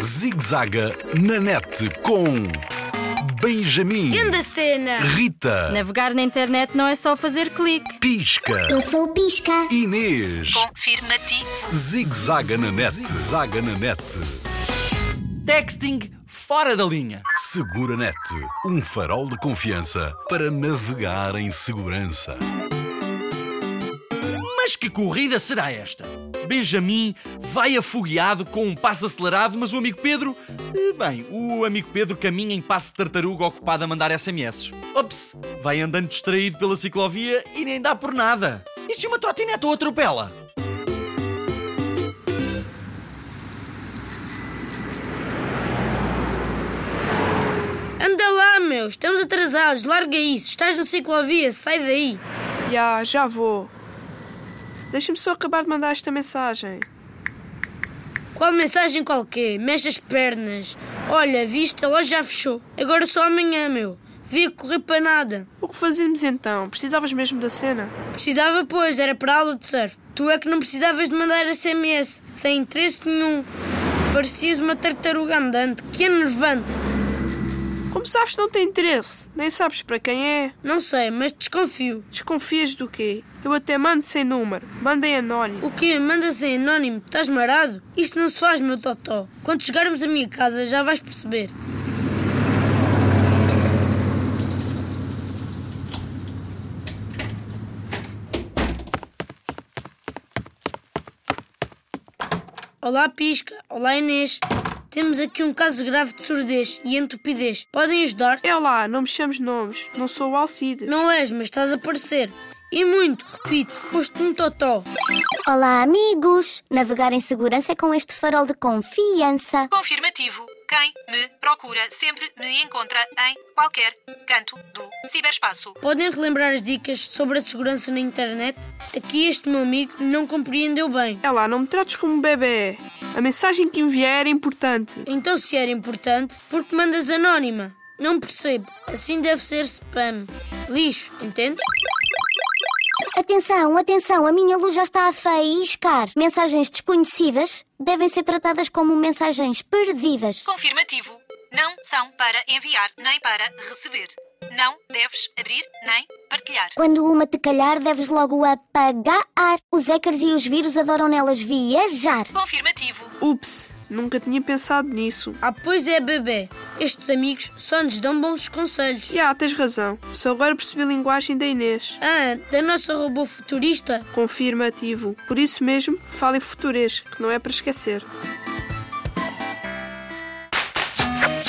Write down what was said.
Zigzaga na net com Benjamin, Grande cena! Rita, Navegar na internet não é só fazer clique. Pisca, Eu sou o Pisca. Inês. Confirmativo. Zigzaga na net, zaga na net. Texting fora da linha. Segura net, um farol de confiança para navegar em segurança. Mas que corrida será esta? Benjamin vai afogueado com um passo acelerado, mas o amigo Pedro. eh, Bem, o amigo Pedro caminha em passo de tartaruga ocupado a mandar SMS. Ops, vai andando distraído pela ciclovia e nem dá por nada. E se uma trotinete o atropela? Anda lá, meu, estamos atrasados, larga isso, estás na ciclovia, sai daí. Já, já vou. Deixa-me só acabar de mandar esta mensagem. Qual mensagem qualquer, mexe as pernas. Olha, viste, a loja já fechou, agora só amanhã, meu. Via correr para nada. O que fazíamos então? Precisavas mesmo da cena? Precisava, pois, era para aula de surf. Tu é que não precisavas de mandar SMS, sem interesse nenhum. Parecias uma tartaruga andante, que enervante. Como sabes, não tem interesse. Nem sabes para quem é. Não sei, mas desconfio. Desconfias do quê? Eu até mando sem número. Mandei anónimo. O quê? Mandas em anónimo? Estás marado? Isto não se faz, meu totó. Quando chegarmos à minha casa, já vais perceber. Olá, Pisca. Olá, Inês. Temos aqui um caso grave de surdez e entupidez. Podem ajudar? É lá, não me chames nomes. Não sou o Alcide. Não és, mas estás a parecer. E muito, repito, foste um totó. Olá, amigos. Navegar em segurança é com este farol de confiança. Confirmativo. Quem me procura sempre me encontra em qualquer canto do ciberespaço. Podem relembrar as dicas sobre a segurança na internet? Aqui este meu amigo não compreendeu bem. É lá, não me trates como bebê. A mensagem que enviei era importante. Então, se era importante, por que mandas anónima? Não percebo. Assim deve ser spam. Lixo, entendes? Atenção, atenção, a minha luz já está a faíscar. Mensagens desconhecidas devem ser tratadas como mensagens perdidas. Confirmativo. Não são para enviar nem para receber. Não deves abrir nem partilhar. Quando uma te calhar, deves logo apagar. Os hackers e os vírus adoram nelas viajar. Confirmativo. Ups, nunca tinha pensado nisso. Ah, pois é, bebê. Estes amigos só nos dão bons conselhos. Já, tens razão. Só agora percebi a linguagem da Inês. Ah, da nossa robô futurista? Confirmativo. Por isso mesmo, falem futurês, que não é para esquecer.